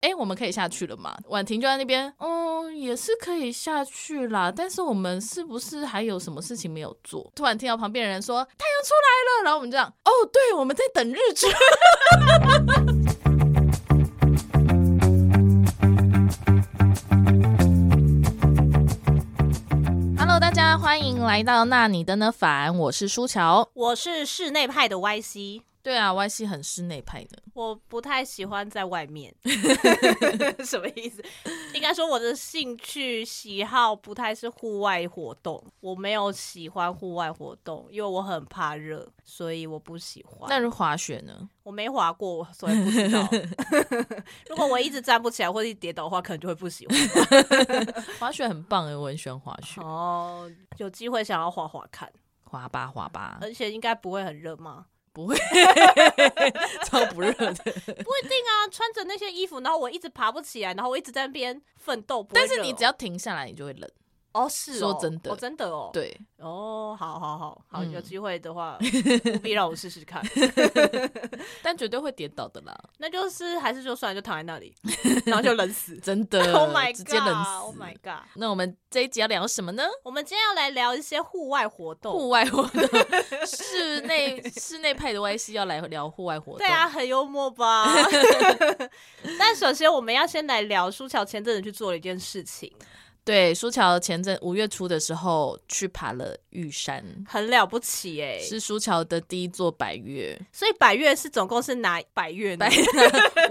哎，我们可以下去了吗？婉婷就在那边，嗯，也是可以下去啦，但是我们是不是还有什么事情没有做？突然听到旁边人说太阳出来了，然后我们这样，哦，对，我们在等日出。Hello，大家欢迎来到那你的呢凡，我是舒乔。我是室内派的 YC，对啊，Y C 很室内派的，我不太喜欢在外 面，什么意思？应该说我的兴趣喜好不太是户外活动，我没有喜欢户外活动，因为我很怕热，所以我不喜那欢。如滑雪呢？我没滑过，所以不知 道。如果我一直站不起来或者一直跌倒的话，可能就会不喜欢。 滑雪很棒哎，我很喜欢滑雪，哦，有机会想要滑滑看，滑吧滑吧，而且应该不会很热吗？不会， 超不热的。不一定啊，穿着那些衣服，然后我一直爬不起来，然后我一直在那边奋斗。不会但是热你哦只要停下来，你就会冷。哦，是说哦真的哦，真的哦，，对，哦，好好好好，嗯有机会 的话，务必让我试试看。但绝对会跌倒的啦，。那就是还是就算了，就躺在那里，然后就冷死真的 Oh my 呃直 god！Oh 接冷死。 my god！那我们这一集要聊什么呢？我们今天要来聊一些户外活户动。外活 动，室内室内派的 Y C 要来聊户外活动。对啊，，很幽默吧？ 但首先，我们要先来聊舒乔前阵子去做了一件事情，对，舒乔前阵五月初的时候去爬了玉山，很了不起哎、是舒乔的第一座百 越。所以百越是总共是哪百越呢百？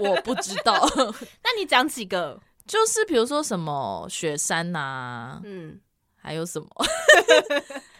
我不知道， 那你讲几个？就是比如说什么雪山呐、 嗯，还有什么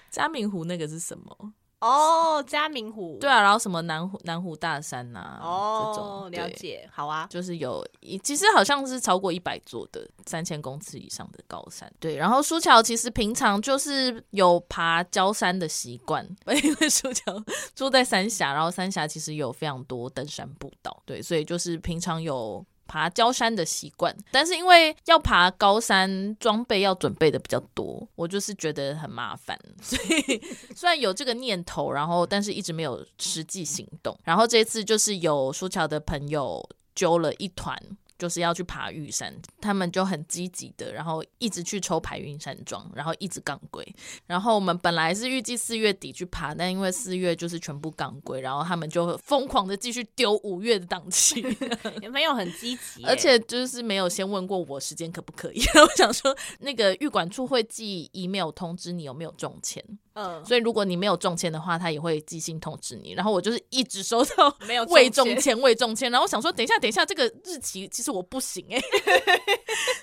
嘉明湖那个是什么？哦，嘉明湖。对啊，然后什么南湖南湖大山呐、哦，这种了对，解，好啊。就是有一其实好像是超过一百座的三千公尺以上的高山。对，然后舒乔其实平常就是有爬焦山的习惯， 因为舒乔住在三峡，然后三峡其实有非常多登山步道，对，所以就是平常有。爬焦山的习惯，但是因为要爬高山，装备要准备的比较多，我就是觉得很麻烦，所以虽然有这个念头，然后但是一直没有实际行动。然后这次就是有舒乔的朋友揪了一团。就是要去爬玉山，他们就很积极的，然后一直去抽排云山庄，然后一直杠龟。然后我们本来是预计四月底去爬，但因为四月就是全部杠龟，然后他们就疯狂的继续丢五月的档期， 也没有很积极欸、而且就是没有先问过我时间可不可以。 我想说，那个玉管处会寄 email 通知你有没有中签，嗯，所以如果你没有中签的话，他也会寄信通知你。然后我就是一直收到没有未中中签签、未中签，然后我想说，等一下，等一下，这个日期其实我不行哎、欸，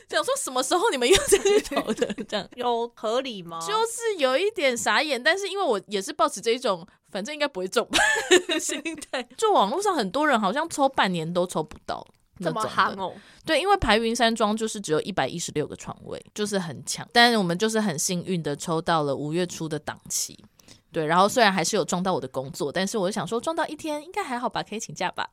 想说什么时候你们又在去投的这 样。有合理吗？就是有一点傻眼，但是因为我也是抱持这一种反正应该不会中吧 心态，就网络上很多人好像抽半年都抽不到那这么种憨的，哦，对，因为排云山庄就是只有一百一十六个床位，就是很强。但是我们就是很幸运的抽到了五月初的档期。对，然后虽然还是有撞到我的工作，但是我就想说撞到一天应该还好吧，可以请假吧。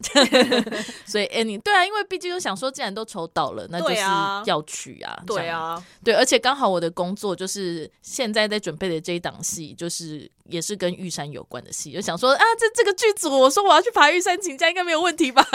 所以，哎，你对啊，因为毕竟就想说，既然都抽到了，那就对是啊要去啊。这对样啊，对，而且刚好我的工作就是现在在准备的这一档戏，就是也是跟玉山有关的戏，就想说啊，这这个剧组，我说我要去爬玉山请假，应该没有问题吧？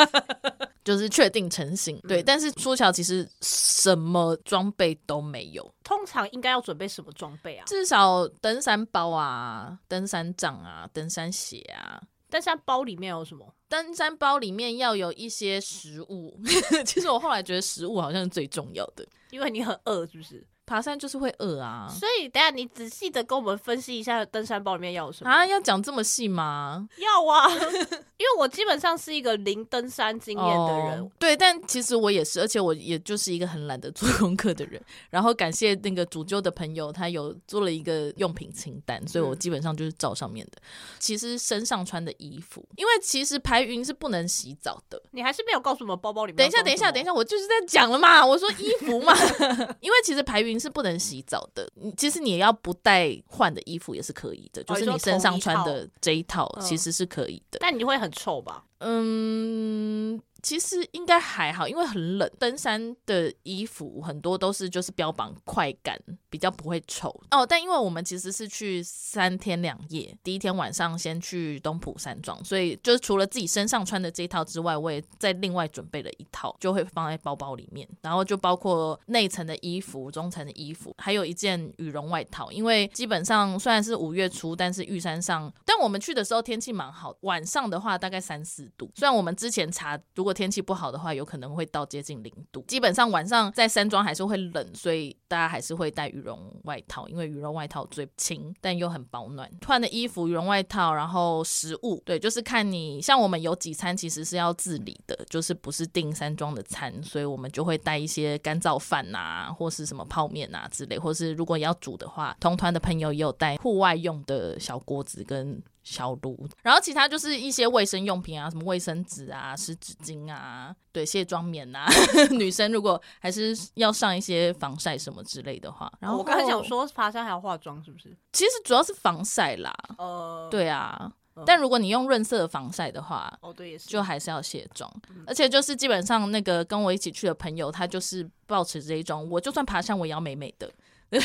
就是确定成型。对，但是舒乔其实什么装备都没有，通常应该要准备什么装备啊？至少登山包啊、登山杖啊、登山鞋啊。登山包里面有什么？登山包里面要有一些食物， 其实我后来觉得食物好像是最重要的。因为你很饿，是不是？爬山就是会饿啊所以等一下你仔细的跟我们分析一下登山包里面要有什么。啊！要讲这么细吗？ 要 啊，因为我基本上是一个零登山经验的人。哦对，但其实我也是，而且我也就是一个很懒得做功课的人。然后感谢那个主揪的朋友，他有做了一个用品清单，所以我嗯基本上就是照上面的。其实身上穿的衣服，因为其实排云是不能洗澡的。你还是没有告诉我们包包里面。等一下，等一下，等一，哦下，我就是在讲了嘛，我说衣服嘛， 因为其实排云是不能洗澡的，你其实你要不带换的衣服也是可以的，就哦是你说你身上同一穿套的这一套嗯其实是可以的。但你会很臭吧？嗯，其实应该还好，因为很冷。登山的衣服很多都是就是标榜快感，比较不会臭哦。但因为我们其实是去三天两夜，第一天晚上先去东浦山庄，所以就是除了自己身上穿的这一套之外，我也再另外准备了一套，就会放在包包里面。然后就包括内层的衣服、中层的衣服，还有一件羽绒外套。因为基本上虽然是五月初，但是玉山上，但我们去的时候天气蛮好，晚上的话大概三四度。虽然我们之前查，如果天气不好的话，有可能会到接近零度。基本上晚上在山庄还是会冷，所以大家还是会带羽绒外套，因为羽绒外套最轻，但又很保暖。穿的衣服、羽绒外套，然后食物，对，就是看你像我们有几餐其实是要自理的，就是不是订山庄的餐，所以我们就会带一些干燥饭啊，或是什么泡面啊之类，或是如果你要煮的话，同团的朋友也有带户外用的小锅子跟小炉，然后其他就是一些卫生用品啊，什么卫生纸啊、湿纸巾啊，对，卸妆棉啊。 女生如果还是要上一些防晒什么之类的话，然后哦我刚才想，说爬山还要化妆，是不是？其实主要是防晒啦，呃，，对啊嗯。但如果你用润色的防晒的话，哦对，也是，就还是要卸妆，而且就是基本上那个跟我一起去的朋友，他就是保持这一种，我就算爬山我也要美美的，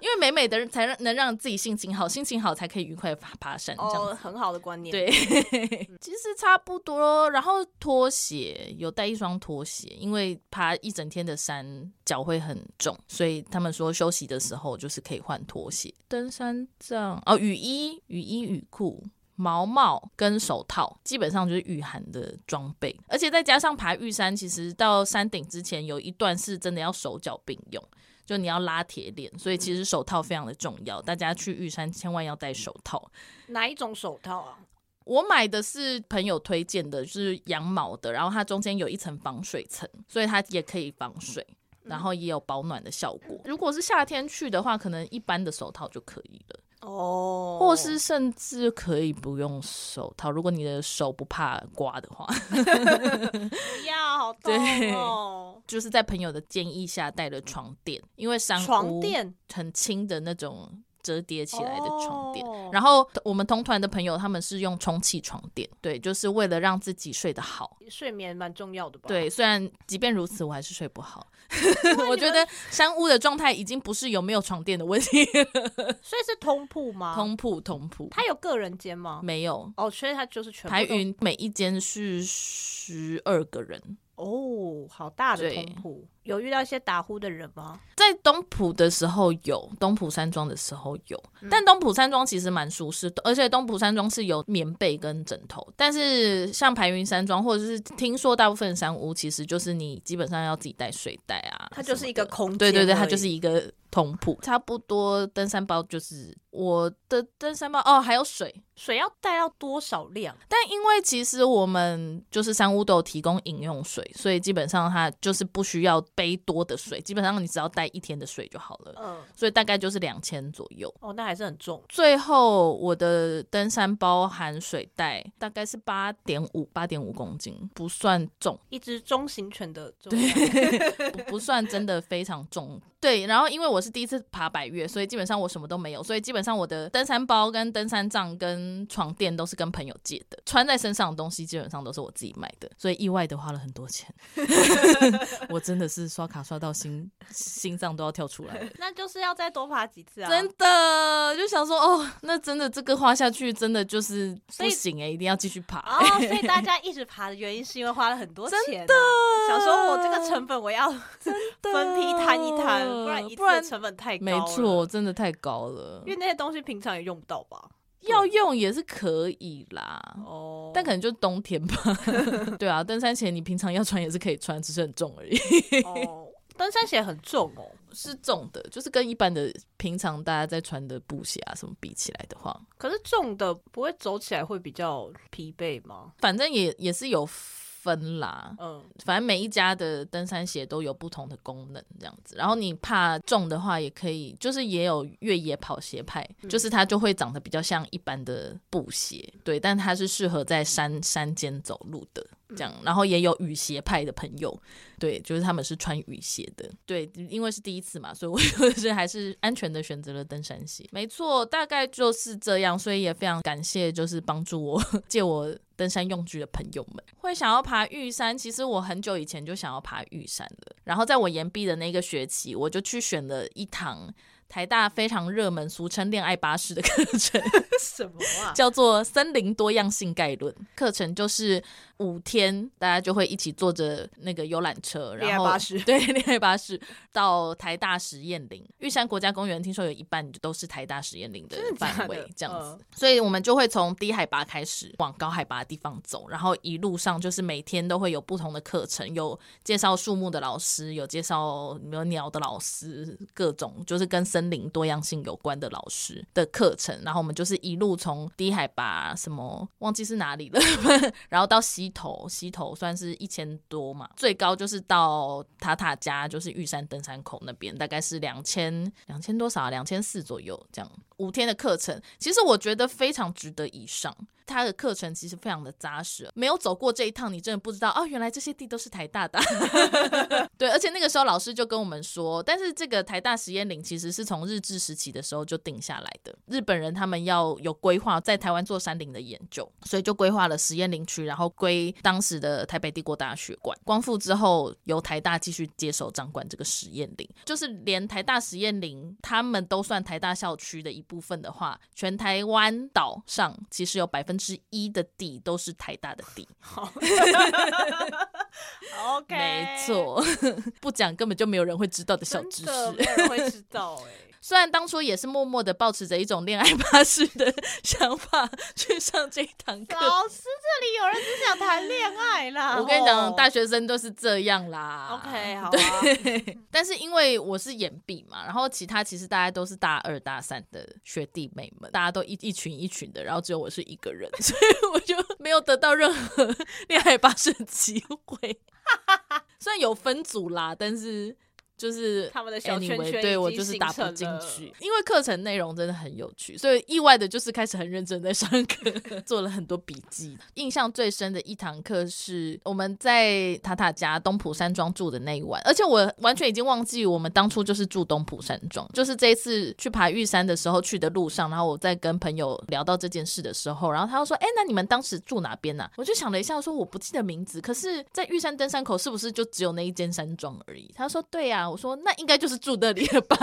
因为美美的人才让能让自己心情好，心情好才可以愉快地爬爬山这样子哦，很好的观念。，对， 嗯其实差不多。然后拖鞋有带一双拖鞋，因为爬一整天的山脚会很重，所以他们说休息的时候就是可以换拖鞋。登山杖哦，雨衣、雨衣、雨裤。毛帽跟手套基本上就是御寒的装备，而且再加上爬玉山，其实到山顶之前有一段是真的要手脚并用，就你要拉铁链，所以其实手套非常的重要。大家去玉山千万要戴手套，哪一种手套啊？我买的是朋友推荐的，就是羊毛的，然后它中间有一层防水层，所以它也可以防水，然后也有保暖的效果。嗯如果是夏天去的话，可能一般的手套就可以了，哦，或是甚至可以不用手套，如果你的手不怕刮的话。 不要好痛哦，就是在朋友的建议下带了床垫，因为 山床屋垫很轻的那种折叠起来的床垫。哦然后我们同团的朋友他们是用充气床垫，对，就是为了让自己睡得好。睡眠蛮重要的吧？，啊对，虽然即便如此，我还是睡不好。 我你觉们得山屋的状态已经不是有没有床垫的问题，啊所以是通铺吗？，通铺通铺，它有个人间吗？没有。哦，所以它就是全部排都云每一间是十二个人，哦，好大的对通铺。有遇到一些打呼的人吗？在东浦的时候有，东浦山庄的时候有，嗯但东浦山庄其实蛮舒适的，而且东浦山庄是有棉被跟枕头，但是像排云山庄或者是听说大部分山屋，其实就是你基本上要自己带睡袋啊，它就是一个空间而对已，对对，它就是一个同铺，差不多登山包就是我的登山包哦，还有水。水要带到多少量？但因为其实我们就是山屋都有提供饮用水，所以基本上它就是不需要背多的水，基本上你只要带一天的水就好了，嗯，所以大概就是两千左右。哦，那还是很重。最后我的登山包含水袋大概是八点五八点五公斤，不算重。一只中型犬的重量，不不算真的非常重。对，然后因为我是第一次爬百越，所以基本上我什么都没有，所以基本上我的登山包、跟登山杖、跟床垫都是跟朋友借的，穿在身上的东西基本上都是我自己买的，所以意外的花了很多钱。 我真的是刷卡刷到心心脏都要跳 出来了。 那就是要再多爬几次啊！真的就想说哦，那真的这个花下去真的就是不所以行哎、一定要继续爬。哦，所以大家一直爬的原因是因为花了很多 钱、啊，想说我这个成本我要分批摊一摊，不然一不次的然成本太高没了错，，真的太高了因。为那些东西平常也用不到吧？要用也是可以啦，哦，嗯 但可能就冬天吧。 对啊，登山鞋你平常要穿也是可以穿，只是很重而已，哦，登山鞋很重哦， 是重的，就是跟一般的平常大家在穿的布鞋啊什么比起来的话，可是重的不会走起来会比较疲惫吗？反正也也是有分啦。 嗯，反正每一家的登山鞋都有不同的功能，这样子。然后你怕重的话，也可以，就是也有越野跑鞋派，就是它就会长得比较像一般的布鞋，对，但它是适合在山山间走路的。这样，然后也有雨鞋派的朋友，对，就是他们是穿雨鞋的，对，因为是第一次嘛，所以我 就是还是安全的选择了登山鞋。没错，大概就是这样，所以也非常感谢就是帮助我借我登山用具的朋友们。会想要爬玉山，其实我很久以前就想要爬玉山的，然后在我研毕的那个学期，我就去选了一堂。台大非常热门，俗称“恋爱巴士”的课 程，什么啊？叫做“森林多样性概论”课程，就是五天，大家就会一起坐着那个游览车，恋爱然后巴士对恋爱巴士到台大实验林、玉山国家公园，听说有一半都是台大实验林的真的假的范围，这样子嗯，所以我们就会从低海拔开始往高海拔的地方走，然后一路上就是每天都会有不同的课程，有介绍树木的老师，有介绍有鸟的老师，各种就是跟森林多样性有关的老师的课程。然后我们就是一路从低海拔什么忘记是哪里了，然后到西头，西头算是一千多嘛，最高就是到塔塔加，就是玉山登山口那边，大概是两千两千多少、啊，两千四左右这样。五天的课程，其实我觉得非常值得以上。它的课程其实非常的扎实，没有走过这一趟，你真的不知道哦，原来这些地都是台大的。对，而且那个时候老师就跟我们说，但是这个台大实验林其实是从日治时期的时候就定下来的。日本人他们要有规划在台湾做山林的研究，所以就规划了实验林区，然后归当时的台北帝国大学管。光复之后，由台大继续接手掌管这个实验林，就是连台大实验林他们都算台大校区的一部分的话，全台湾岛上其实有百分之一的地都是台大的地。 OK，没，错， 不讲根本就没有人会知道的小真知的识。没有人会知道哎、 虽然当初也是默默的保持着一种恋爱巴士的 想法去上这一堂课。老师这里有人只想谈恋爱啦。 我跟你讲，哦大学生都是这样啦。 OK 好啊，但是因为我是演毕嘛，然后其他其实大家都是大二大三的学弟妹们，大家都一一群一群的，然后只有我是一个人， 所以我就没有得到任何 恋爱巴士的机会。 虽然有分组啦，但是就是他们的小圈圈 anyway，已对经我就是形打不成进了去，因为课程内容真的很有趣，所以意外的就是开始很认真在上课， 做了很多笔记。印象最深的一堂课是我们在塔塔家东浦山庄住的那一晚，而且我完全已经忘记我们当初就是住东浦山庄，就是这一次去爬玉山的时候去的路上，然后我在跟朋友聊到这件事的时候，然后他就说：“哎、那你们当时住哪边呢、我就想了一下，说我不记得名字，可是，在玉山登山口是不是就只有那一间山庄而已？他说：“对呀、我说：“那应该就是住那里了吧？”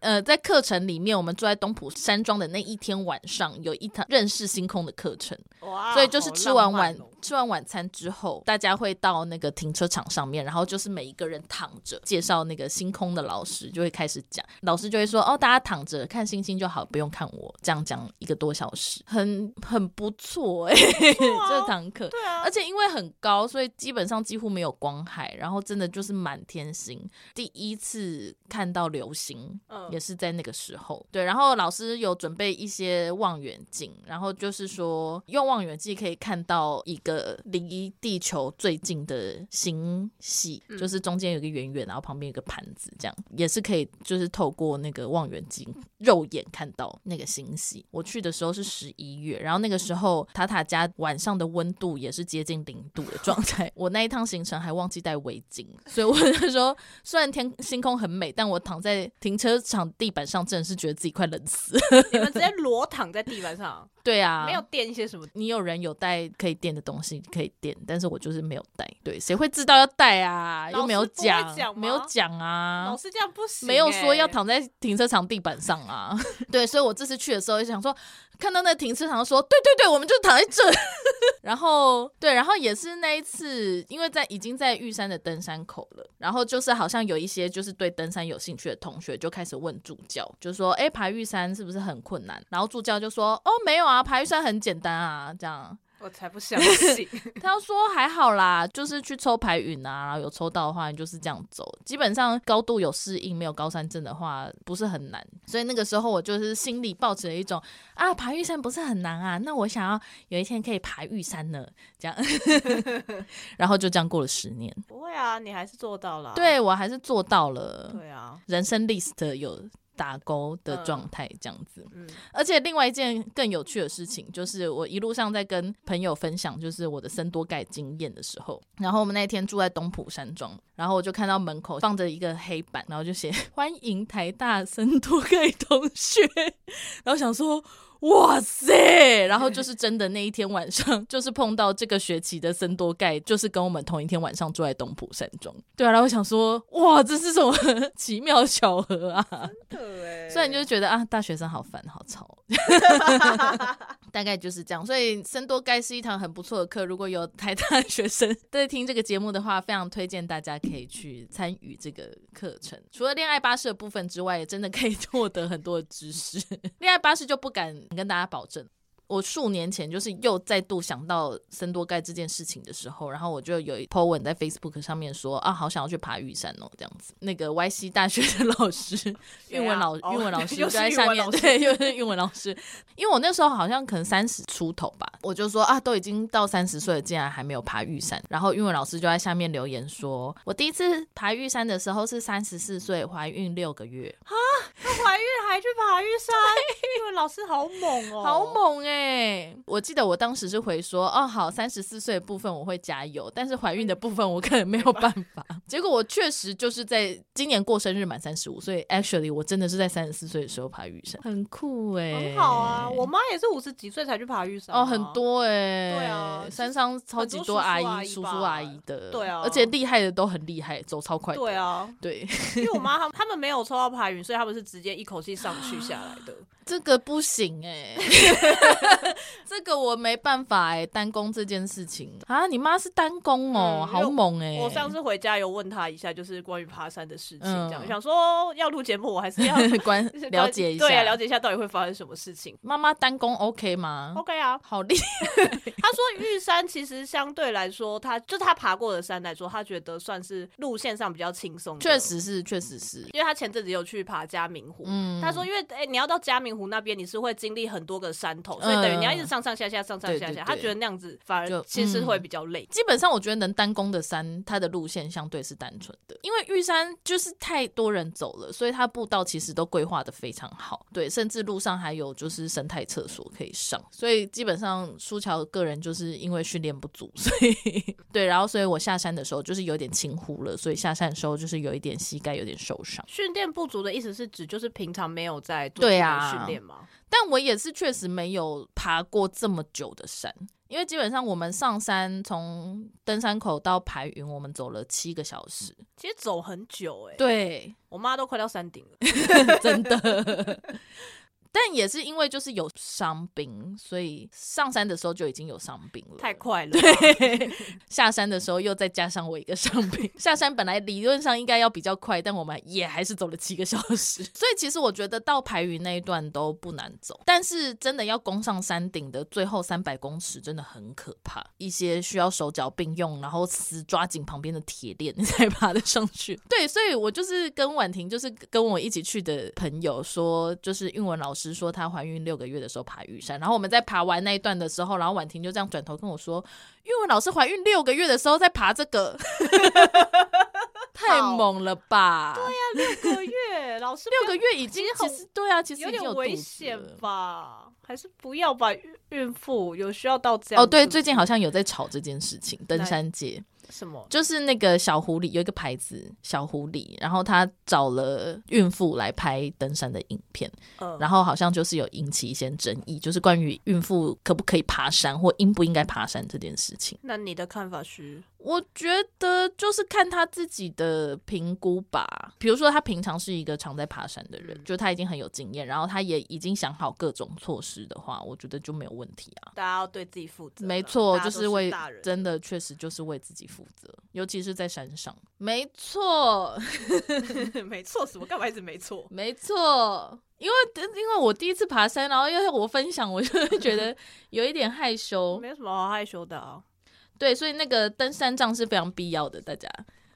呃，在课程里面，我们住在东浦山庄的那一天晚上，有一堂认识星空的课程。哇，所以就是啊好吃完浪漫晚、 哦吃完晚餐之后，大家会到那个停车场上面，然后就是每一个人躺着，介绍那个星空的老师就会开始讲，老师就会说哦，大家躺着看星星就好，不用看我，这样讲一个多小时，很很不错哎、这堂课。对啊 而，且因为很高，所以基本上几乎没有光害，然后真的就是满天星。第一次看到流星，嗯也是在那个时候。对，然后老师有准备一些望远镜，然后就是说用望远镜可以看到一个离地球最近的星系，就是中间有一个圆圆，然后旁边有一个盘子，这样也是可以，就是透过那个望远镜肉眼看到那个星系。我去的时候是十一月，然后那个时候塔塔家晚上的温度也是接近零度的状态。 我那一趟行程还忘记带围巾，所以我那时候虽然天星空很美，但我躺在停车场地板上，真的是觉得自己快冷死。你们直接裸躺在地板上， 对啊，没有垫一些什么。你有人有带可以垫的东西可以垫，但是我就是没有带。对，谁会知道要带啊？老师又没有不会讲吗没有讲啊老。师这样不行欸、没有说要躺在停车场地板上啊， 对，所以我这次去的时候就想说，看到那停车场说，对对对，我们就躺在这。 然后对，然后也是那一次，因为在已经在玉山的登山口了，然后就是好像有一些就是对登山有兴趣的同学就开始问助教，就说，哎，爬玉山是不是很困难？然后助教就说，哦，没有啊，爬玉山很简单啊，这样。我才不相 信。他说还好啦，就是去抽牌云啊，然后有抽到的话，你就是这样走。基本上高度有适应，没有高山症的话，不是很难。所以那个时候我就是心里抱着一种啊，爬玉山不是很难啊，那我想要有一天可以爬玉山呢，这样，然后就这样过了十年。不会啊，你还是做到了。对我还是做到了，对啊，人生 list 有打勾的状态这样子。嗯，而且另外一件更有趣的事情，就是我一路上在跟朋友分享，就是我的僧多盖经验的时候，然后我们那天住在东浦山庄，然后我就看到门口放着一个黑板，然后就写“欢迎台大僧多盖同学”，然后想说。哇塞！然后就是真的那一天晚上，就是碰到这个学期的森多盖，就是跟我们同一天晚上住在东浦山庄。对啊，然后我想说，哇，这是什么 奇妙巧合啊！对，所以你就觉得啊，大学生好烦好吵，大概就是这样。所以僧多该是一堂很不错的课，如果有台大的学生在听这个节目的话，非常推荐大家可以去参与这个课程。除了恋爱巴士的部分之外，也真的可以获得很多的知识。恋爱巴士就不敢跟大家保证。我数年前就是又再度想到森多盖这件事情的时候，然后我就有一 po 文在 Facebook 上面说啊，好想要去爬玉山哦，这样子。那个 YC 大学的老师，谁啊韵文老哦韵文老师又就是在下韵面，文老师对，又是韵文老师。因为我那时候好像可能三十出头吧，我就说啊，都已经到三十岁了，竟然还没有爬玉山。然后韵文老师就在下面留言说，我第一次爬玉山的时候是三十四岁，怀孕六个月，怀孕还去爬玉山，因为老师好猛哦，好。猛哎、我记得我当时是回说，哦好，三十四岁的部分我会加油，但是怀孕的部分我可能没有办 法。结果我确实就是在今年过生日满三十五，所以 actually 我真的是在三十四岁的时候爬玉山，很酷哎、很好啊，我妈也是五十几岁才去爬玉山啊哦，很。多哎、对啊山上超级阿姨、很多叔叔叔叔阿姨吧阿姨的，对啊而且厉害的都很厉害，走超快的，对啊，对，因为我妈他们他们没有抽到爬云，所以他们是直接一口气上去下来 的。这个不行哎、 这个我没办法哎、单攻这件事情啊，你妈是单攻哦，嗯好猛哎、我上次回家有问她一下，就是关于爬山的事情，嗯这样、想说要录节目，我还是要关 了解一下，对啊，了解一下到底会发生什么事情。妈妈单攻 OK 吗？ OK 啊，好厉 他说玉山其实相对来说，他就他爬过的山来说，他觉得算是路线上比较轻松的。确，实是，确实是，因为他前阵子有去爬嘉明湖，嗯，他说，因为哎、你要到嘉明湖那边，你是会经历很多个山头，所以嗯等于你要一直上上下下、上上下对对下。对他觉得那样子反就嗯而其实会比较累。基本上我觉得能单攻的山，它的路线相对是单纯的，因为玉山就是太多人走了，所以它步道其实都规划的非常好，对，甚至路上还有就是生态厕所可以上，所以基本上舒乔个人就是因为训练不足，所以对，然后所以我下山的时候就是有点轻忽了，所以下山的时候就是有一点膝盖有点受伤。训练不足的意思是指就是平常没有在做对这个啊训练吗？但我也是确实没有爬过这么久的山，因为基本上我们上山从登山口到排云，我们走了七个小时。其实走很久哎、对， 我妈都快到山顶了。真的。 但也是因为就是有伤兵，所以上山的时候就已经有伤兵了。太快了吧，下山的时候又再加上我一个伤兵。 下山本来理论上应该要比较快，但我们也还是走了七个小时。 所以其实我觉得到排云那一段都不难走，但是真的要攻上山顶的最后三百公尺真的很可怕，一些需要手脚并用，然后死抓紧旁边的铁链 你才爬得上去。对，所以我就是跟婉婷，就是跟我一起去的朋友说，就是韵文老师说她怀孕六个月的时候爬玉山，然后我们在爬完那一段的时候，然后婉婷就这样转头跟我说，因为我老师怀孕六个月的时候在爬这 个，太猛了吧？对呀、六个月，老师六不要个月已经啊其实其很实对啊，其实有已经点有危肚子险了吧？还是不要吧？孕孕妇有需要到这样哦，对，子最近好像有在吵这件事情。登山界什么？就是那个小狐狸有一个牌子小狐狸，然后他找了孕妇来拍登山的影片，呃，然后好像就是有引起一些争议，就是关于孕妇可不可以爬山或应不应该爬山这件事情。那你的看法是？我觉得就是看他自己的评估吧。比如说，他平常是一个常在爬山的嗯人，就他已经很有经验，然后他也已经想好各种措施的话，我觉得就没有问题啊。大家要对自己负责啦。没错，大就家是都为大人，真的确实就是为自己负责，尤其是在山上。没错， 没错，什么干嘛一直没错？没错。因为因为我第一次爬山，然后因为我分享，我就会觉得 有一点害羞没。有什么好害羞的啊。对，所以那个登山杖是非常必要的，大家。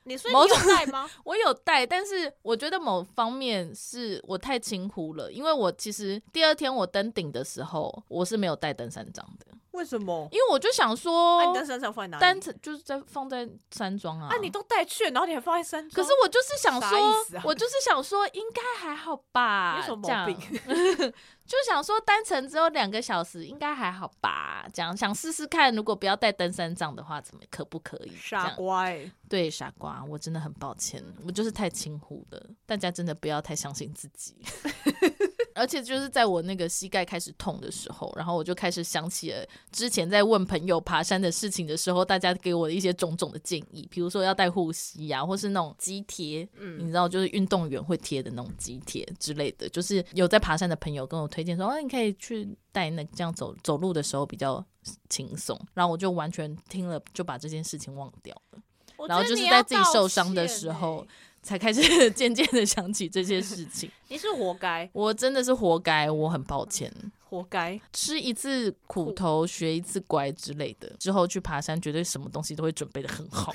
你所以某你种有带 吗？我有带，但是我觉得某方面是我太轻忽了，因为我其实第二天我登顶的时候，我是没有带登山杖的。为什么？因为我就想说那、，啊你的身上放在哪里？单程就是在放在山庄啊。啊，你都带去了，然后你还放在山可庄，是我就是想啥意思说，啊我就是想说，应该还好 吧？有什么这样毛病？ 就想说单程只有两个小时，应该还好吧？这样想试试看，如果不要带登山杖的话，怎么可不可以？这傻样瓜、欸，对傻瓜，我真的很抱歉，我就是太轻忽了。大家真的不要太相信自己。 而且就是在我那个膝盖开始痛的时候，然后我就开始想起了之前在问朋友爬山的事情的时候，大家给我的一些种种的建议，比如说要带护膝啊，或是那种肌贴，你知道，就是运动员会贴的那种肌贴之类的。就是有在爬山的朋友跟我推荐说，哦，你可以去带那这样走走路的时候比较轻松。然后我就完全听了，就把这件事情忘掉了。我然后觉就得是你在要自己道受伤的歉时欸候，才开始 渐渐的想起这些事情。你是活该，我真的是活该，我很抱歉。活 该。吃一次苦头，学一次乖之类的，之后去爬山，绝对什么东西都会准备的很 好，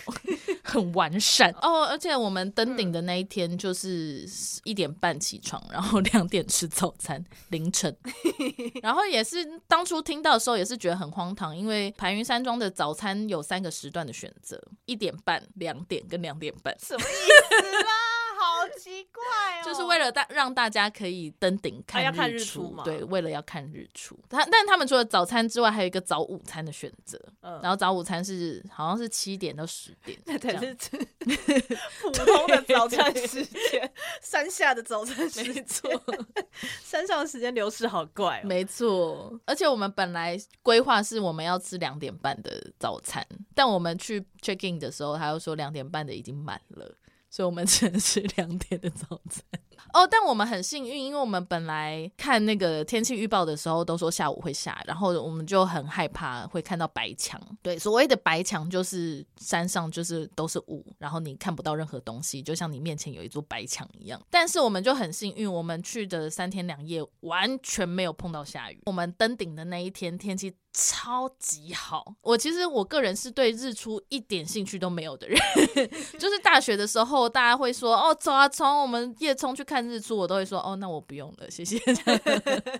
很完善嗯哦。而且我们登顶的那一天，就是一点半起床，然后两点吃早餐，凌晨。 然后也是当初听到的时候，也是觉得很荒唐，因为盘云山庄的早餐有三个时段的选择：一点半、两点跟两点半。什么意思啦？好奇怪哦！就是为了大让大家可以登顶看啊要看日日出嘛对，为了要看日出。他但他们除了早餐之外，还有一个早午餐的选择。嗯然后早午餐是好像是七点到十 点， 那这才样是普通的早餐时间， 山下的早餐时没间，错，山上的时间流逝好怪哦。没错。而且我们本来规划是我们要吃两点半的早餐，但我们去 check in 的时候，他又说两点半的已经满了。所以我们只能吃两点的早餐哦，但我们很幸运，因为我们本来看那个天气预报的时候都说下午会下，然后我们就很害怕会看到白墙。对，所谓的白墙就是山上就是都是雾，然后你看不到任何东西，就像你面前有一座白墙一样。但是我们就很幸运，我们去的三天两夜完全没有碰到下雨。我们登顶的那一天天气超级好，我其实我个人是对日出一点兴趣都没有的人。就是大学的时候，大家会说哦，走啊冲，我们夜冲去看日出，我都会说哦，那我不用了，谢 谢。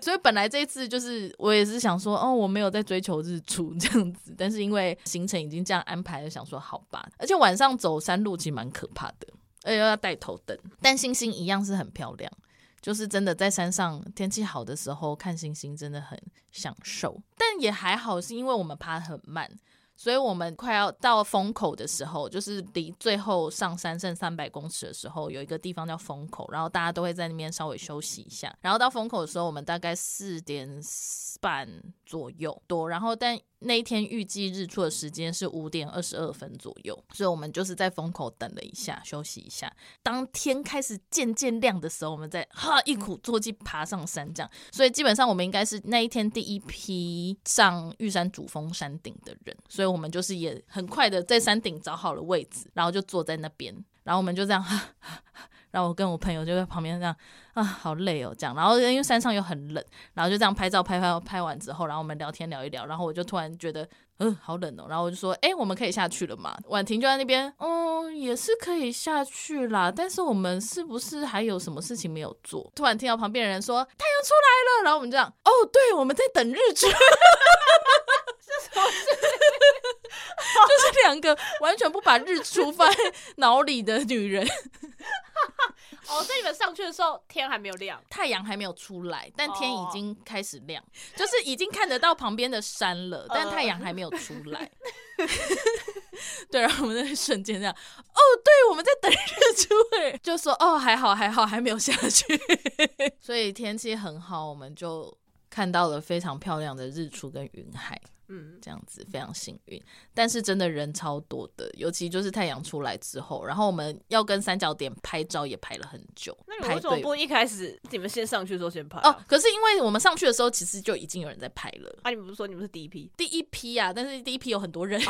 所以本来这一次就是我也是想说哦，我没有在追求日出这样子，但是因为行程已经这样安排了，想说好吧。而且晚上走山路其实蛮可怕的，而且要戴头灯，但星星一样是很漂亮。就是真的在山上天气好的时候看星星真的很享受，但也还好，是因为我们爬得很慢，所以我们快要到风口的时候，就是离最后上山剩三百公尺的时候，有一个地方叫风口，然后大家都会在那边稍微休息一下。然后到风口的时候，我们大概四点半左右多，然后但那一天预计日出的时间是五点二十二分左右，所以我们就是在风口等了一下，休息一下。当天开始渐渐亮的时候，我们再哈一鼓作气爬上山，这样。所以基本上我们应该是那一天第一批上玉山主峰山顶的人，所以我们就是也很快的在山顶找好了位置，然后就坐在那边，然后我们就这样， 然后我跟我朋友就在旁边这样啊，好累哦，这样，然后因为山上又很冷，然后就这样拍照拍拍拍完之后，然后我们聊天聊一聊，然后我就突然觉得。嗯，好冷哦。然后我就说，哎、我们可以下去了吗？婉婷就在那边，嗯，也是可以下去啦。但是我们是不是还有什么事情没有做？突然听到旁边的人说，太阳出来了，然后我们这样，哦，对，我们在等日 出。 就是两个完全不把日出放在 脑里的女人，哦，在你们上去的时候，天还没有亮，太阳还没有出来，但天哦已经开始亮就是已经看得到旁边的山了，但呃太阳还没有出 来。对，然后我们那一瞬间这样，哦，对，我们在等日出，哎，就说哦，还好，还好，还没有下去， 所以天气很好，我们就看到了非常漂亮的日出跟云海。嗯，这样子非常幸运，但是真的人超多的，尤其就是太阳出来之后，然后我们要跟三角点拍照也排了很久，那你排为什么队不一开始你们先上去的时候先拍、啊？哦，可是因为我们上去的时候，其实就已经有人在拍了。啊，你们不是说你们是第一批？第一批啊，但是第一批有很多人，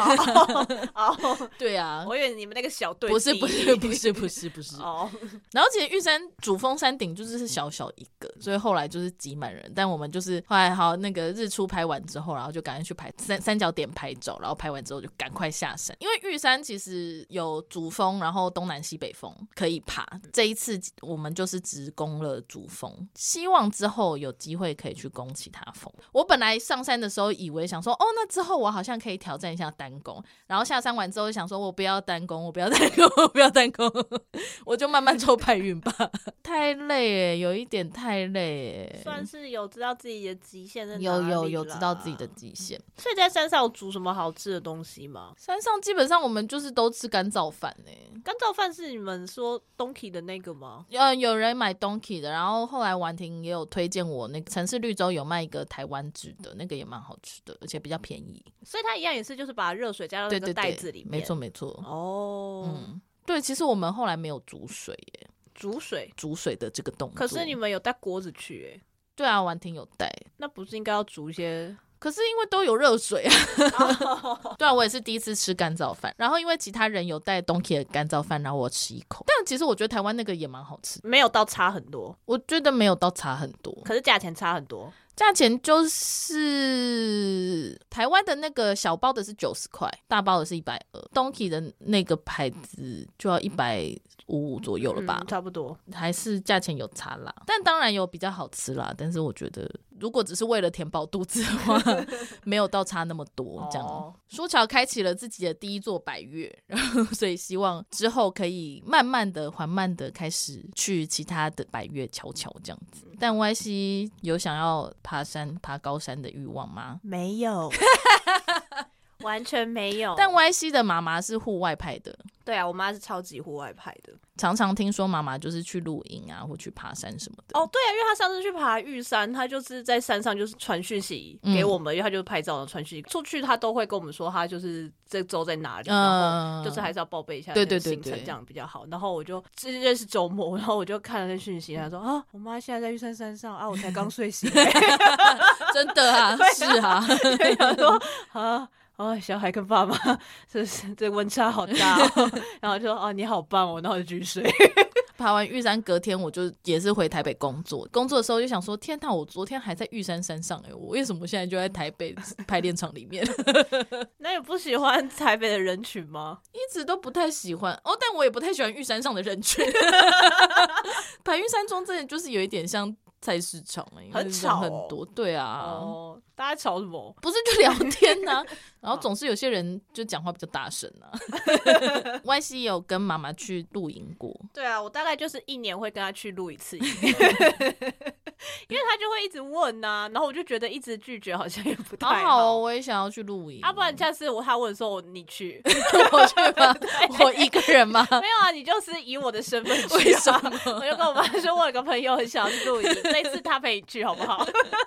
哦， 对啊，我以为你们那个小队不是第一不是不是不是不是，哦，然后其实玉山主峰山顶就是是小小一个，所以后来就是挤满人，但我们就是后来好那个日出拍完之后，然后就赶快去排拍三三角点拍照，然后拍完之后就赶快下山，因为玉山其实有主峰，然后东南西北峰可以爬。这一次我们就是只攻了主峰，希望之后有机会可以去攻其他峰。我本来上山的时候以为想说，哦，那之后我好像可以挑战一下单攻，然后下山完之后想说，我不要单攻，我不要单攻，我不要单攻，我就慢慢抽白云吧。太累耶，有一点太累耶。算是有知道自己的极限在哪有有里有啦知道自己的极限。所以在山上有煮什么好吃的东西吗？山上基本上我们就是都吃干燥饭呢、干燥饭是你们说东体的那个吗？呃，有人买 Donkey 的，然后后来婉婷也有推荐我，那个城市绿洲有卖一个台湾制的，那个也蛮好吃的，而且比较便宜。所以它一样也是就是把热水加到那对个对袋对，子里面。没错。没错。哦，嗯，对，其实我们后来没有煮水耶，煮水。煮水的这个动作。可是你们有带锅子去、欸，对啊，婉婷有带，那不是应该要煮一些？可是因为都有热水啊。 对啊，我也是第一次吃干燥饭，然后因为其他人有带 Donkey 的干燥饭，然后我吃一口，但其实我觉得台湾那个也蛮好吃的，没有到差很多，我觉得没有到差很多。可是价钱差很多。价钱就是台湾的那个小包的是九十块，大包的是一百二。Donkey 的那个牌子就要一百五左右了吧嗯，？差不多。还是价钱有差啦，但当然有比较好吃啦。但是我觉得，如果只是为了填饱肚子的话，没有到差那么多这样。哦舒乔开启了自己的第一座百越，然后所以希望之后可以慢慢的、缓慢的开始去其他的百越瞧瞧这样子。但 Y C 有想要爬山、爬高山的欲望吗？没有， 完全没有。但 Y C 的妈妈是户外派的，对啊，我妈是超级户外派的。常常听说妈妈就是去露营啊，或去爬山什么的。哦，对啊，因为她上次去爬玉山，她就是在山上就是传讯息嗯给我们，因为她就拍照然后传讯息出去，她都会跟我们说她就是这周在哪里，然后嗯，就是 还是要报备一下对那对个对行程对这样比较好。然后我就这认识周末， 然后我就看了那讯息，她说啊，我妈现在在玉山山上啊，我才刚 睡醒、 真的啊，是啊。 对，想说啊。哦，小孩跟爸妈，这是这温差好大、哦。 然后就说哦，你好棒哦，然后就继续睡。 爬完玉山，隔天我就也是回台北工作。工作的时候就想说，天呐，我昨天还在玉山山上哎、我为什么现在就在台北排练场里面？ 那你不喜欢台北的人群吗？一直都不太喜欢哦，但我也不太喜欢玉山上的人群。 白玉山庄真的就是有一点像菜市场哎、因为很吵哦人很多，对啊。哦，大家吵什么？不是就聊天 呐、然后总是有些人就讲话比较大声啊。Y C 有跟妈妈去露营过，对啊，我大概就是一年会跟他去录一次音， 因为他就会一直问呐、然后我就觉得一直拒绝好像也不好太好哦，我也想要去露营。啊，不然下次我他问的时候我你去， 我去吗？我一个人吗？ 没有啊，你就是以我的身份去、啊。为什 我么？就跟我妈说，我有个朋友很想要去 露营，这次他陪你去好不好？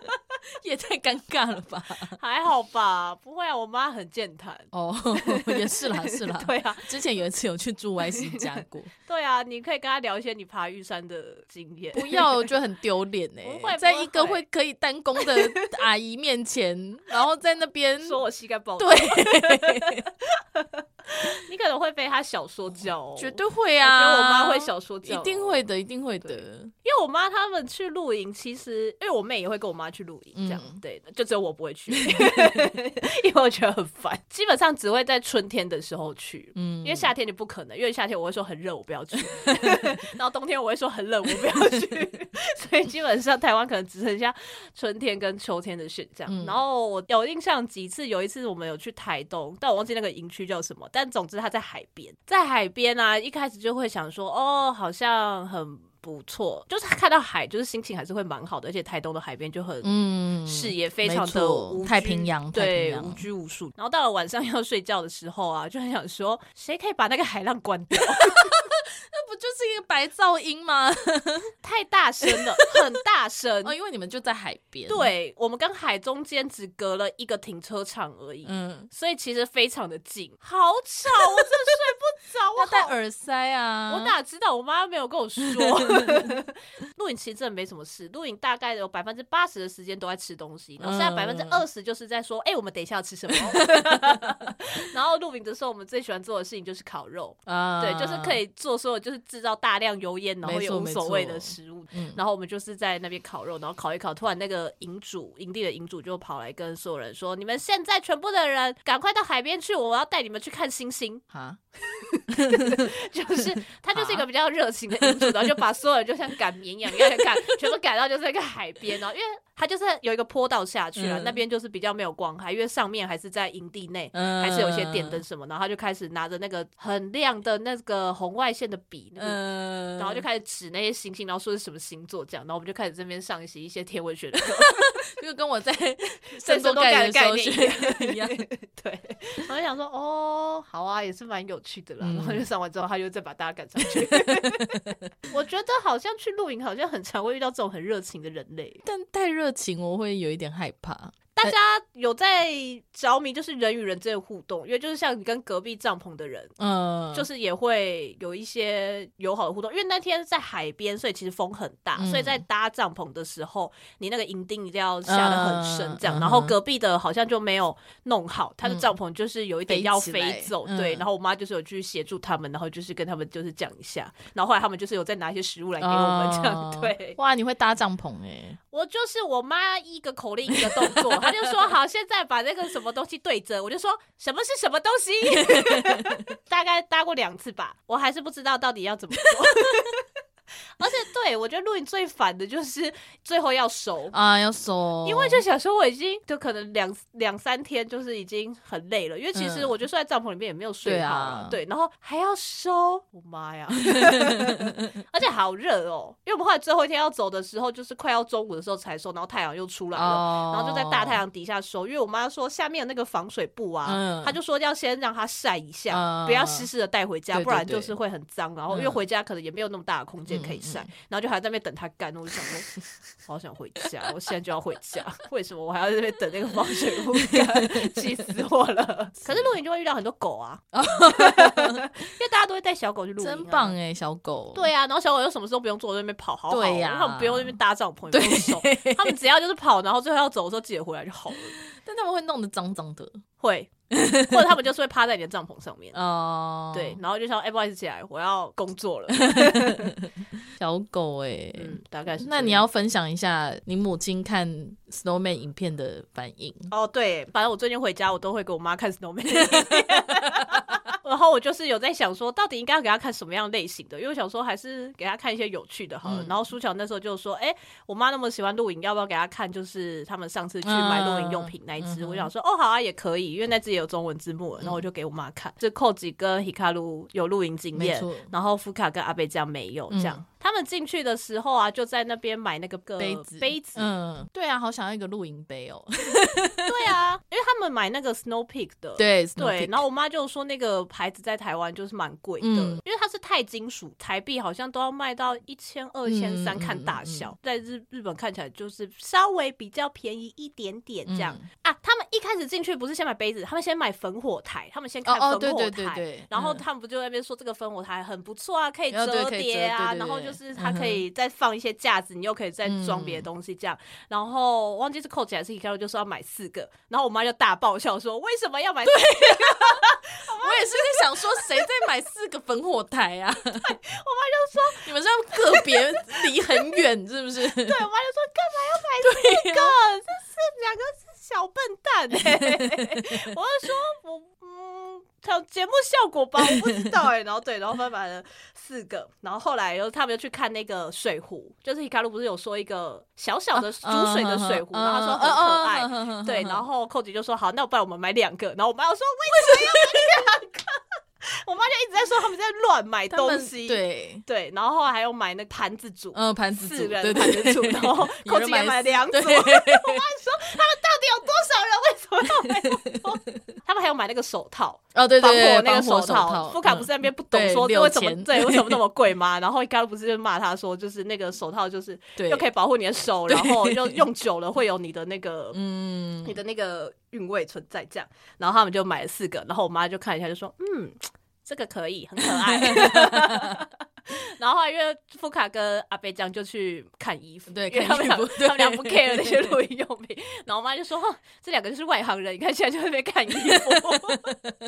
也太尴尬了吧？还好吧，不会啊，我妈很健谈。 哦， 也是啦，是啦。 对啊，之前有一次有去住 Y C 家 过，对啊，你可以跟她聊一些你爬玉山的经验。不要，我觉得很丢脸哎不会。在一个不会会可以单攻的阿姨面前，然后在那边 说我膝盖爆，对，你可能会被她小说教哦。绝对会我觉啊！得我妈会，小说一教，哦定会。的，一定会的。因为我妈他们去露营，其实因为我妹也会跟我妈去露营，这样、嗯对，就只有我不会去，因为我觉得很烦。基本上只会在春天的时候去，嗯因为夏天就不可能，因为夏天我会说很热，我不要 去；然后冬天我会说很冷，我不要去。 所以基本上台湾可能只剩下春天跟秋天的选项。嗯然后我有印象几次，有一次我们有去台东，但我忘记那个营区叫什么，但总之它在海边，在海边啊，一开始就会想说，哦，好像很。不错，就是看到海，就是心情还是会蛮好的，而且台东的海边就很嗯，视野非常没的错无拘太平洋太平对，洋无拘无束。然后到了晚上要睡觉的时候啊，就很想说，谁可以把那个海浪关掉？ 那不就是一个白噪音吗？ 太大声了，很大声。哦，因为你们就在海边。，对我们跟海中间只隔了一个停车场而已。嗯，所以其实非常的近，好吵，我真的睡不 着，我要戴好耳塞啊。我哪知道？我妈没有跟 我说。露营其实真的没什么事，露营大概有百分之八十的时间都在吃东西，然后剩下百嗯分之二十就是在说，哎、我们等一下要吃 什么。然后露营的时候，我们最喜欢做的事情就是烤肉。啊，对，就是可以做所有就是制造大量亮油烟，然后嗯没也错无没所谓错的食物。嗯然后我们就是在那边烤肉，然后烤一烤，突然那个营主营地的营主就跑来跟所有人说：“你们现在全部的人赶快到海边去，我要带你们去看星星。哈，” 就是他就是一啊个比较热情的营主，然后就把所有人就像赶绵羊一样赶，全部赶到就是那个海边，哦然后因为他就是有一个坡道下去了，嗯那边就是比较没有光害，因为上面还是在营地内。嗯，还是有一些电灯，什么，然后他就开始拿着那个很亮的那个红外线的笔，那个嗯，然后就开始指那些星星，然后说是什么星座这样，然后我们就开始这边上一些一些天文学的课，就跟 我在深多度盖概的时候念学一一样 样。 对，然后就想说哦，好啊，也是蛮有趣的啦。嗯然后就上完之后，他就再把大家赶上 去。我觉得好像去露营，好像很常会遇到这种很热情的人类。但太热情我会有一点害怕。大家有在着迷，就是人与人之间的互动，因为就是像你跟隔壁帐篷的人。嗯， 就是也会有一些友好的互动，因为那天在海边，所以其实风很大，嗯所以在搭帐篷的时候，你那个营钉一定要下得很深，这样。嗯嗯然后隔壁的好像就没有弄好，他的帐篷就是有一点要飞起来飞走，嗯对。然后我妈就是有去协助他们，然后就是跟他们就是讲一下，然后后来他们就是有再拿一些食物来给我们，这样、 哦对。哇，你会搭帐篷哎，我就是我妈一个口令一个动作，她就说好，现在把那个什么东西对折，我就说什么是什么东西， 大概搭过两次吧，我还是不知道到底要怎么做。 而且对我觉得录影最烦的就是最后要熟。啊，要收，因为就想说，我已经就可能两两三天，就是已经很累了。因为其实嗯我觉得睡在帐篷里面也没有睡对好啊了，对，然后还要收，我 妈呀！而且好热哦，因为我们后来最后一天要走的时候，就是快要中午的时候才收，然后太阳又出来了，哦，然后就在大太阳底下收，因为我妈说下面有那个防水布啊，嗯她就说要先让它晒一下，嗯不要湿湿的带回家，对对不然就是会很脏。然后因为嗯回家可能也没有那么大的空间可以晒，嗯然后就还在那边等它干。我就想说，好想回家，我现在就要回家，为什么我还要在那边等那个防水布干？气死我 了！可是露营就会遇到很多狗啊，因为大家都会带小狗去露营、哦啊真棒。哎，小狗，对啊呀、然后小狗又什么事都不用做，在那边跑，好好哦，对呀他们不用在那边搭帐篷，也不用手， 他们只要就是跑，然后最后要走的时候记得回来就好了。 但他们会弄得脏脏的会， 或者他们就是会趴在你的帐篷上面，哦。对，，然后就像哎、不好意思起来，我要工作了， 小狗哎，嗯，大概是这样。那你要分享一下你母亲看 Snowman 影片的反应。哦，对，反正我最近回家，我都会给我妈 看 Snowman。然后我就是有在想说，到底应该要给她看什么样类型的？因为我想说还是给她看一些有趣的好了。嗯然后舒乔那时候就说：“哎、我妈那么喜欢露营，要不要给她看？就是他们上次去买露营用品那一只。嗯嗯我想说：“哦，好啊，也可以，因为那只也有中文字幕了。”然后我就给我妈看，这寇吉跟 Hikaru 有露营经没验错，然后福卡跟阿贝这样没有这样。嗯他们进去的时候啊，就在那边买那个个杯子，呃杯子嗯，对啊，好想要一个露营杯 哦。对啊，因为他们买那个 Snow Peak 的，对对， Snoopy 然后我妈就说那个牌子在台湾就是蛮贵的，嗯因为它是钛金属，台币好像都要卖到一千二、嗯千三，嗯看大嗯小，在日日本看起来就是稍微比较便宜一点点这样、嗯啊。他们一开始进去不是先买杯子，他们先买焚火台，他们先哦看哦，烽对火对对台。对，然后嗯他们不就在那边说这个烽火台很不错啊，可以哦对可以折叠啊，对对对然后就是它嗯哼可以再放一些架子，你又可以再装别的嗯东西这样。然后忘记是扣起来是 Hikaru 就说要买四个，然后我妈就大爆笑说为什么要买四个？我也是在想说，谁在买四个焚火台啊？我妈就说，你们是要个别离很远，是不是？对，我妈就说干嘛要买四个？这是两个是小笨蛋 欸我就说我嗯，看节目效果吧，我不知道哎、然后对，然后翻买了四个，然后后来又他们又去看那个水壶，就是 Hikaru 不是有说一个小小的煮啊水的水壶，然后他说很可爱。爱对，然后寇姐就说好，那不然我们买两个。然后我妈又说为什么要买两个？我妈就一直在说他们在乱买他东们西。对，对，然后后来还有买那个盘子组，嗯，盘子四组，人对盘对子组对，然后有扣人起也买买两组。我妈对说他们到底有多少人？为什么要买那 么多？他们还有买那个手套。哦，对防对对火，那个防火手手嗯套，福卡不是在那边不懂对说六为什么千对 为什么那么贵吗？然后刚刚不是就骂他说，就是那个手套就是对又可以保护你的手，然后又用久了会有你的那个嗯你的那个韵味存在这样。然后他们就买了四个，然后我妈就看一下就说，嗯，这个可以，很可 爱。然后后来因为富卡跟阿贝酱就去看衣服，对因为他看衣们俩服他们俩对不 care 那些露营用 品。然后我妈就说，哼这两个就是外行人，你看现在就在那边看衣服。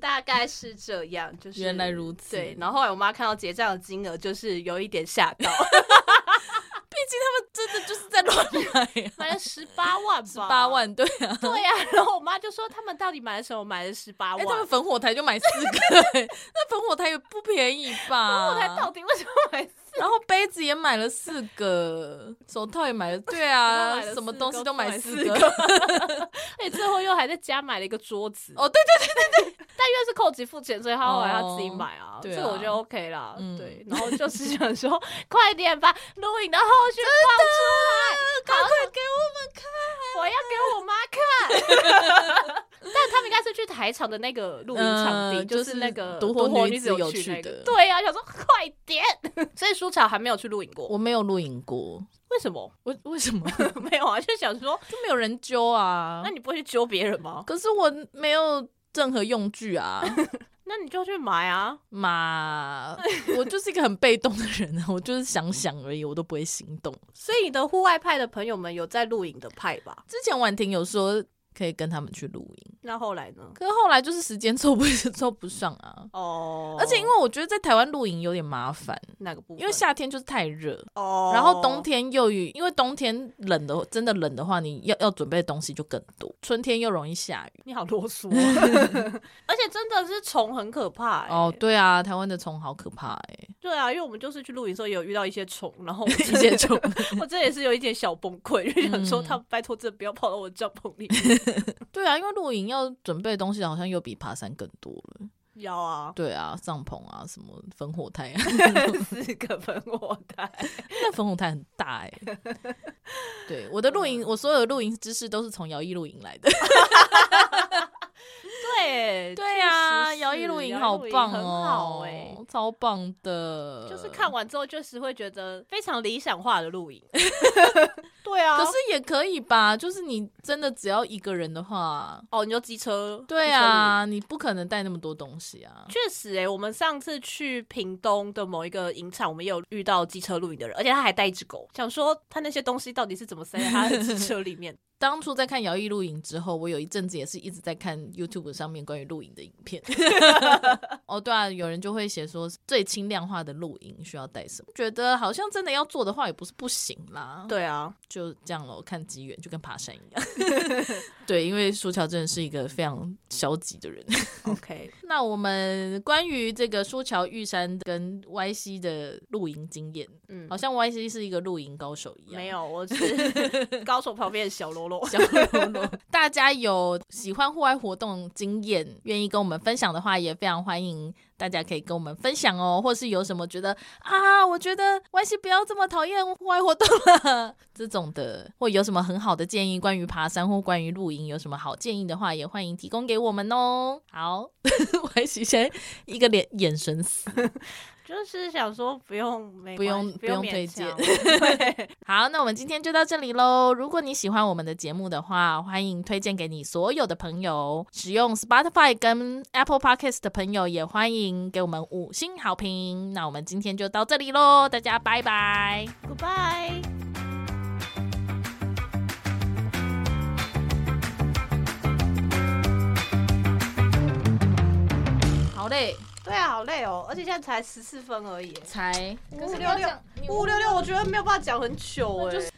大概是这样，就是原来如此对，然后后来我妈看到结账的金额，就是有一点吓 到，真的就是在乱买、啊，买了十八万吧，十八，万对啊，对呀、 然后我妈就说他们到底买了什么？买了十八哎、万，他们烽火台就买四个、欸，那烽火台也不便宜吧？后来到底为什么买？然后杯子也买了四个，手套也买了，对都啊买了，什么四东个西都买买四四个。 而且最后又还在家买了一个桌子，哦，对对 但因为是扣姐付钱，所以她后来她自己买啊，哦这对啊个我觉得 OK 啦。嗯对，然后就是 想说，快点把录影的后续放出来，赶快给我们看，我要给我妈看。 但他们应该是去台场的那个录音场地，呃就就是是那个独活活女子子有去去那个的对啊，想说快点，所以舒乔还没有去录影过，我没有录影过，为什么？ 为为什么没有啊，就想说， 就没有人揪啊那？你不会去揪别人吗？可是我没有任何用具啊，那你就去买啊。 嘛，我就是一个很被动的人啊，我就是想想而已，我都不会行动。所以你的户外派的朋友们有在录影的派吧？之前婉婷有说可以跟他们去露营，那后来呢？可是后来就是时间凑不 凑不上啊。哦，而且因为我觉得在台湾露营有点麻烦，哪个部分？因为夏天就是太热，哦，然后冬天又雨，因为冬天冷的真的冷的话，你要要准备的东西就更多，春天又容易下雨。你好啰嗦 哦，而且真的是虫很可怕、欸、哦，对啊，台湾的虫好可怕 哎、对啊，因为我们就是去露营的时候也有遇到一些虫，然后我一 些虫，我这也是有一点小崩溃，就想说嗯他们拜托真的不要跑到我的帐篷 里面。对啊，因为露营要准备的东西好像又比爬山更多了。要啊，对啊，帐篷啊，什么烽火台啊， 四个烽火台，那烽火台很大哎、 对，我的露营，我所有的露营知识都是从摇曳露营来的。对对 啊，确实是摇摇曳露营营好棒很哦，好哎、超棒的。就是看完之后，确实会觉得非常理想化的露营。 对啊，可是也可以吧，就是你真的只要一个人的话，哦，你就机车，对机车露营。啊，你不可能带那么多东西啊。确实、欸，我们上次去屏东的某一个影场，我们也有遇到机车露营的人，而且他还带一只狗，想说他那些东西到底是怎么塞在他的机车里面。当初在看摇曳露营之后，我有一阵子也是一直在看 YouTube 上面关于露营的影片。哦，对啊，有人就会写说最轻量化的露营需要带什么，觉得好像真的要做的话也不是不行啦。， 对啊，就这样咯，看机缘，就跟爬山一样。 对，因为舒乔真的是一个非常消极的人。 OK，那我们关于这个舒乔玉山跟 Y C 的露营经验，嗯好，像 Y C 是一个露营高手一样。没有， 我是高手旁边的小喽啰。 小喽啰。大家有喜欢户外活动经验，愿意跟我们分享的话，也非常欢迎大家可以跟我们分享哦。或是有什么觉得啊，我觉得关系不要这么讨厌户外活动了 这种的，或有什么很好的建议，关于爬山或关于露营有什么好建议的话，也欢迎提供给我们哦。好， 我还喜现在一个脸眼神死。就是想说不用，没不用关系不用用推荐 勉强对好，那我们今天就到这里喽。如果你喜欢我们的节目的话，欢迎推荐给你所有的朋友。使用 Spotify 跟 Apple Podcast 的朋友，也欢迎给我们五星好评。那我们今天就到这里喽，大家拜拜。 ，Goodbye。好嘞，对啊，好累哦，而且现在才十四分而已欸。才五五六六，五五六六，我觉得没有办法讲很久哎、就是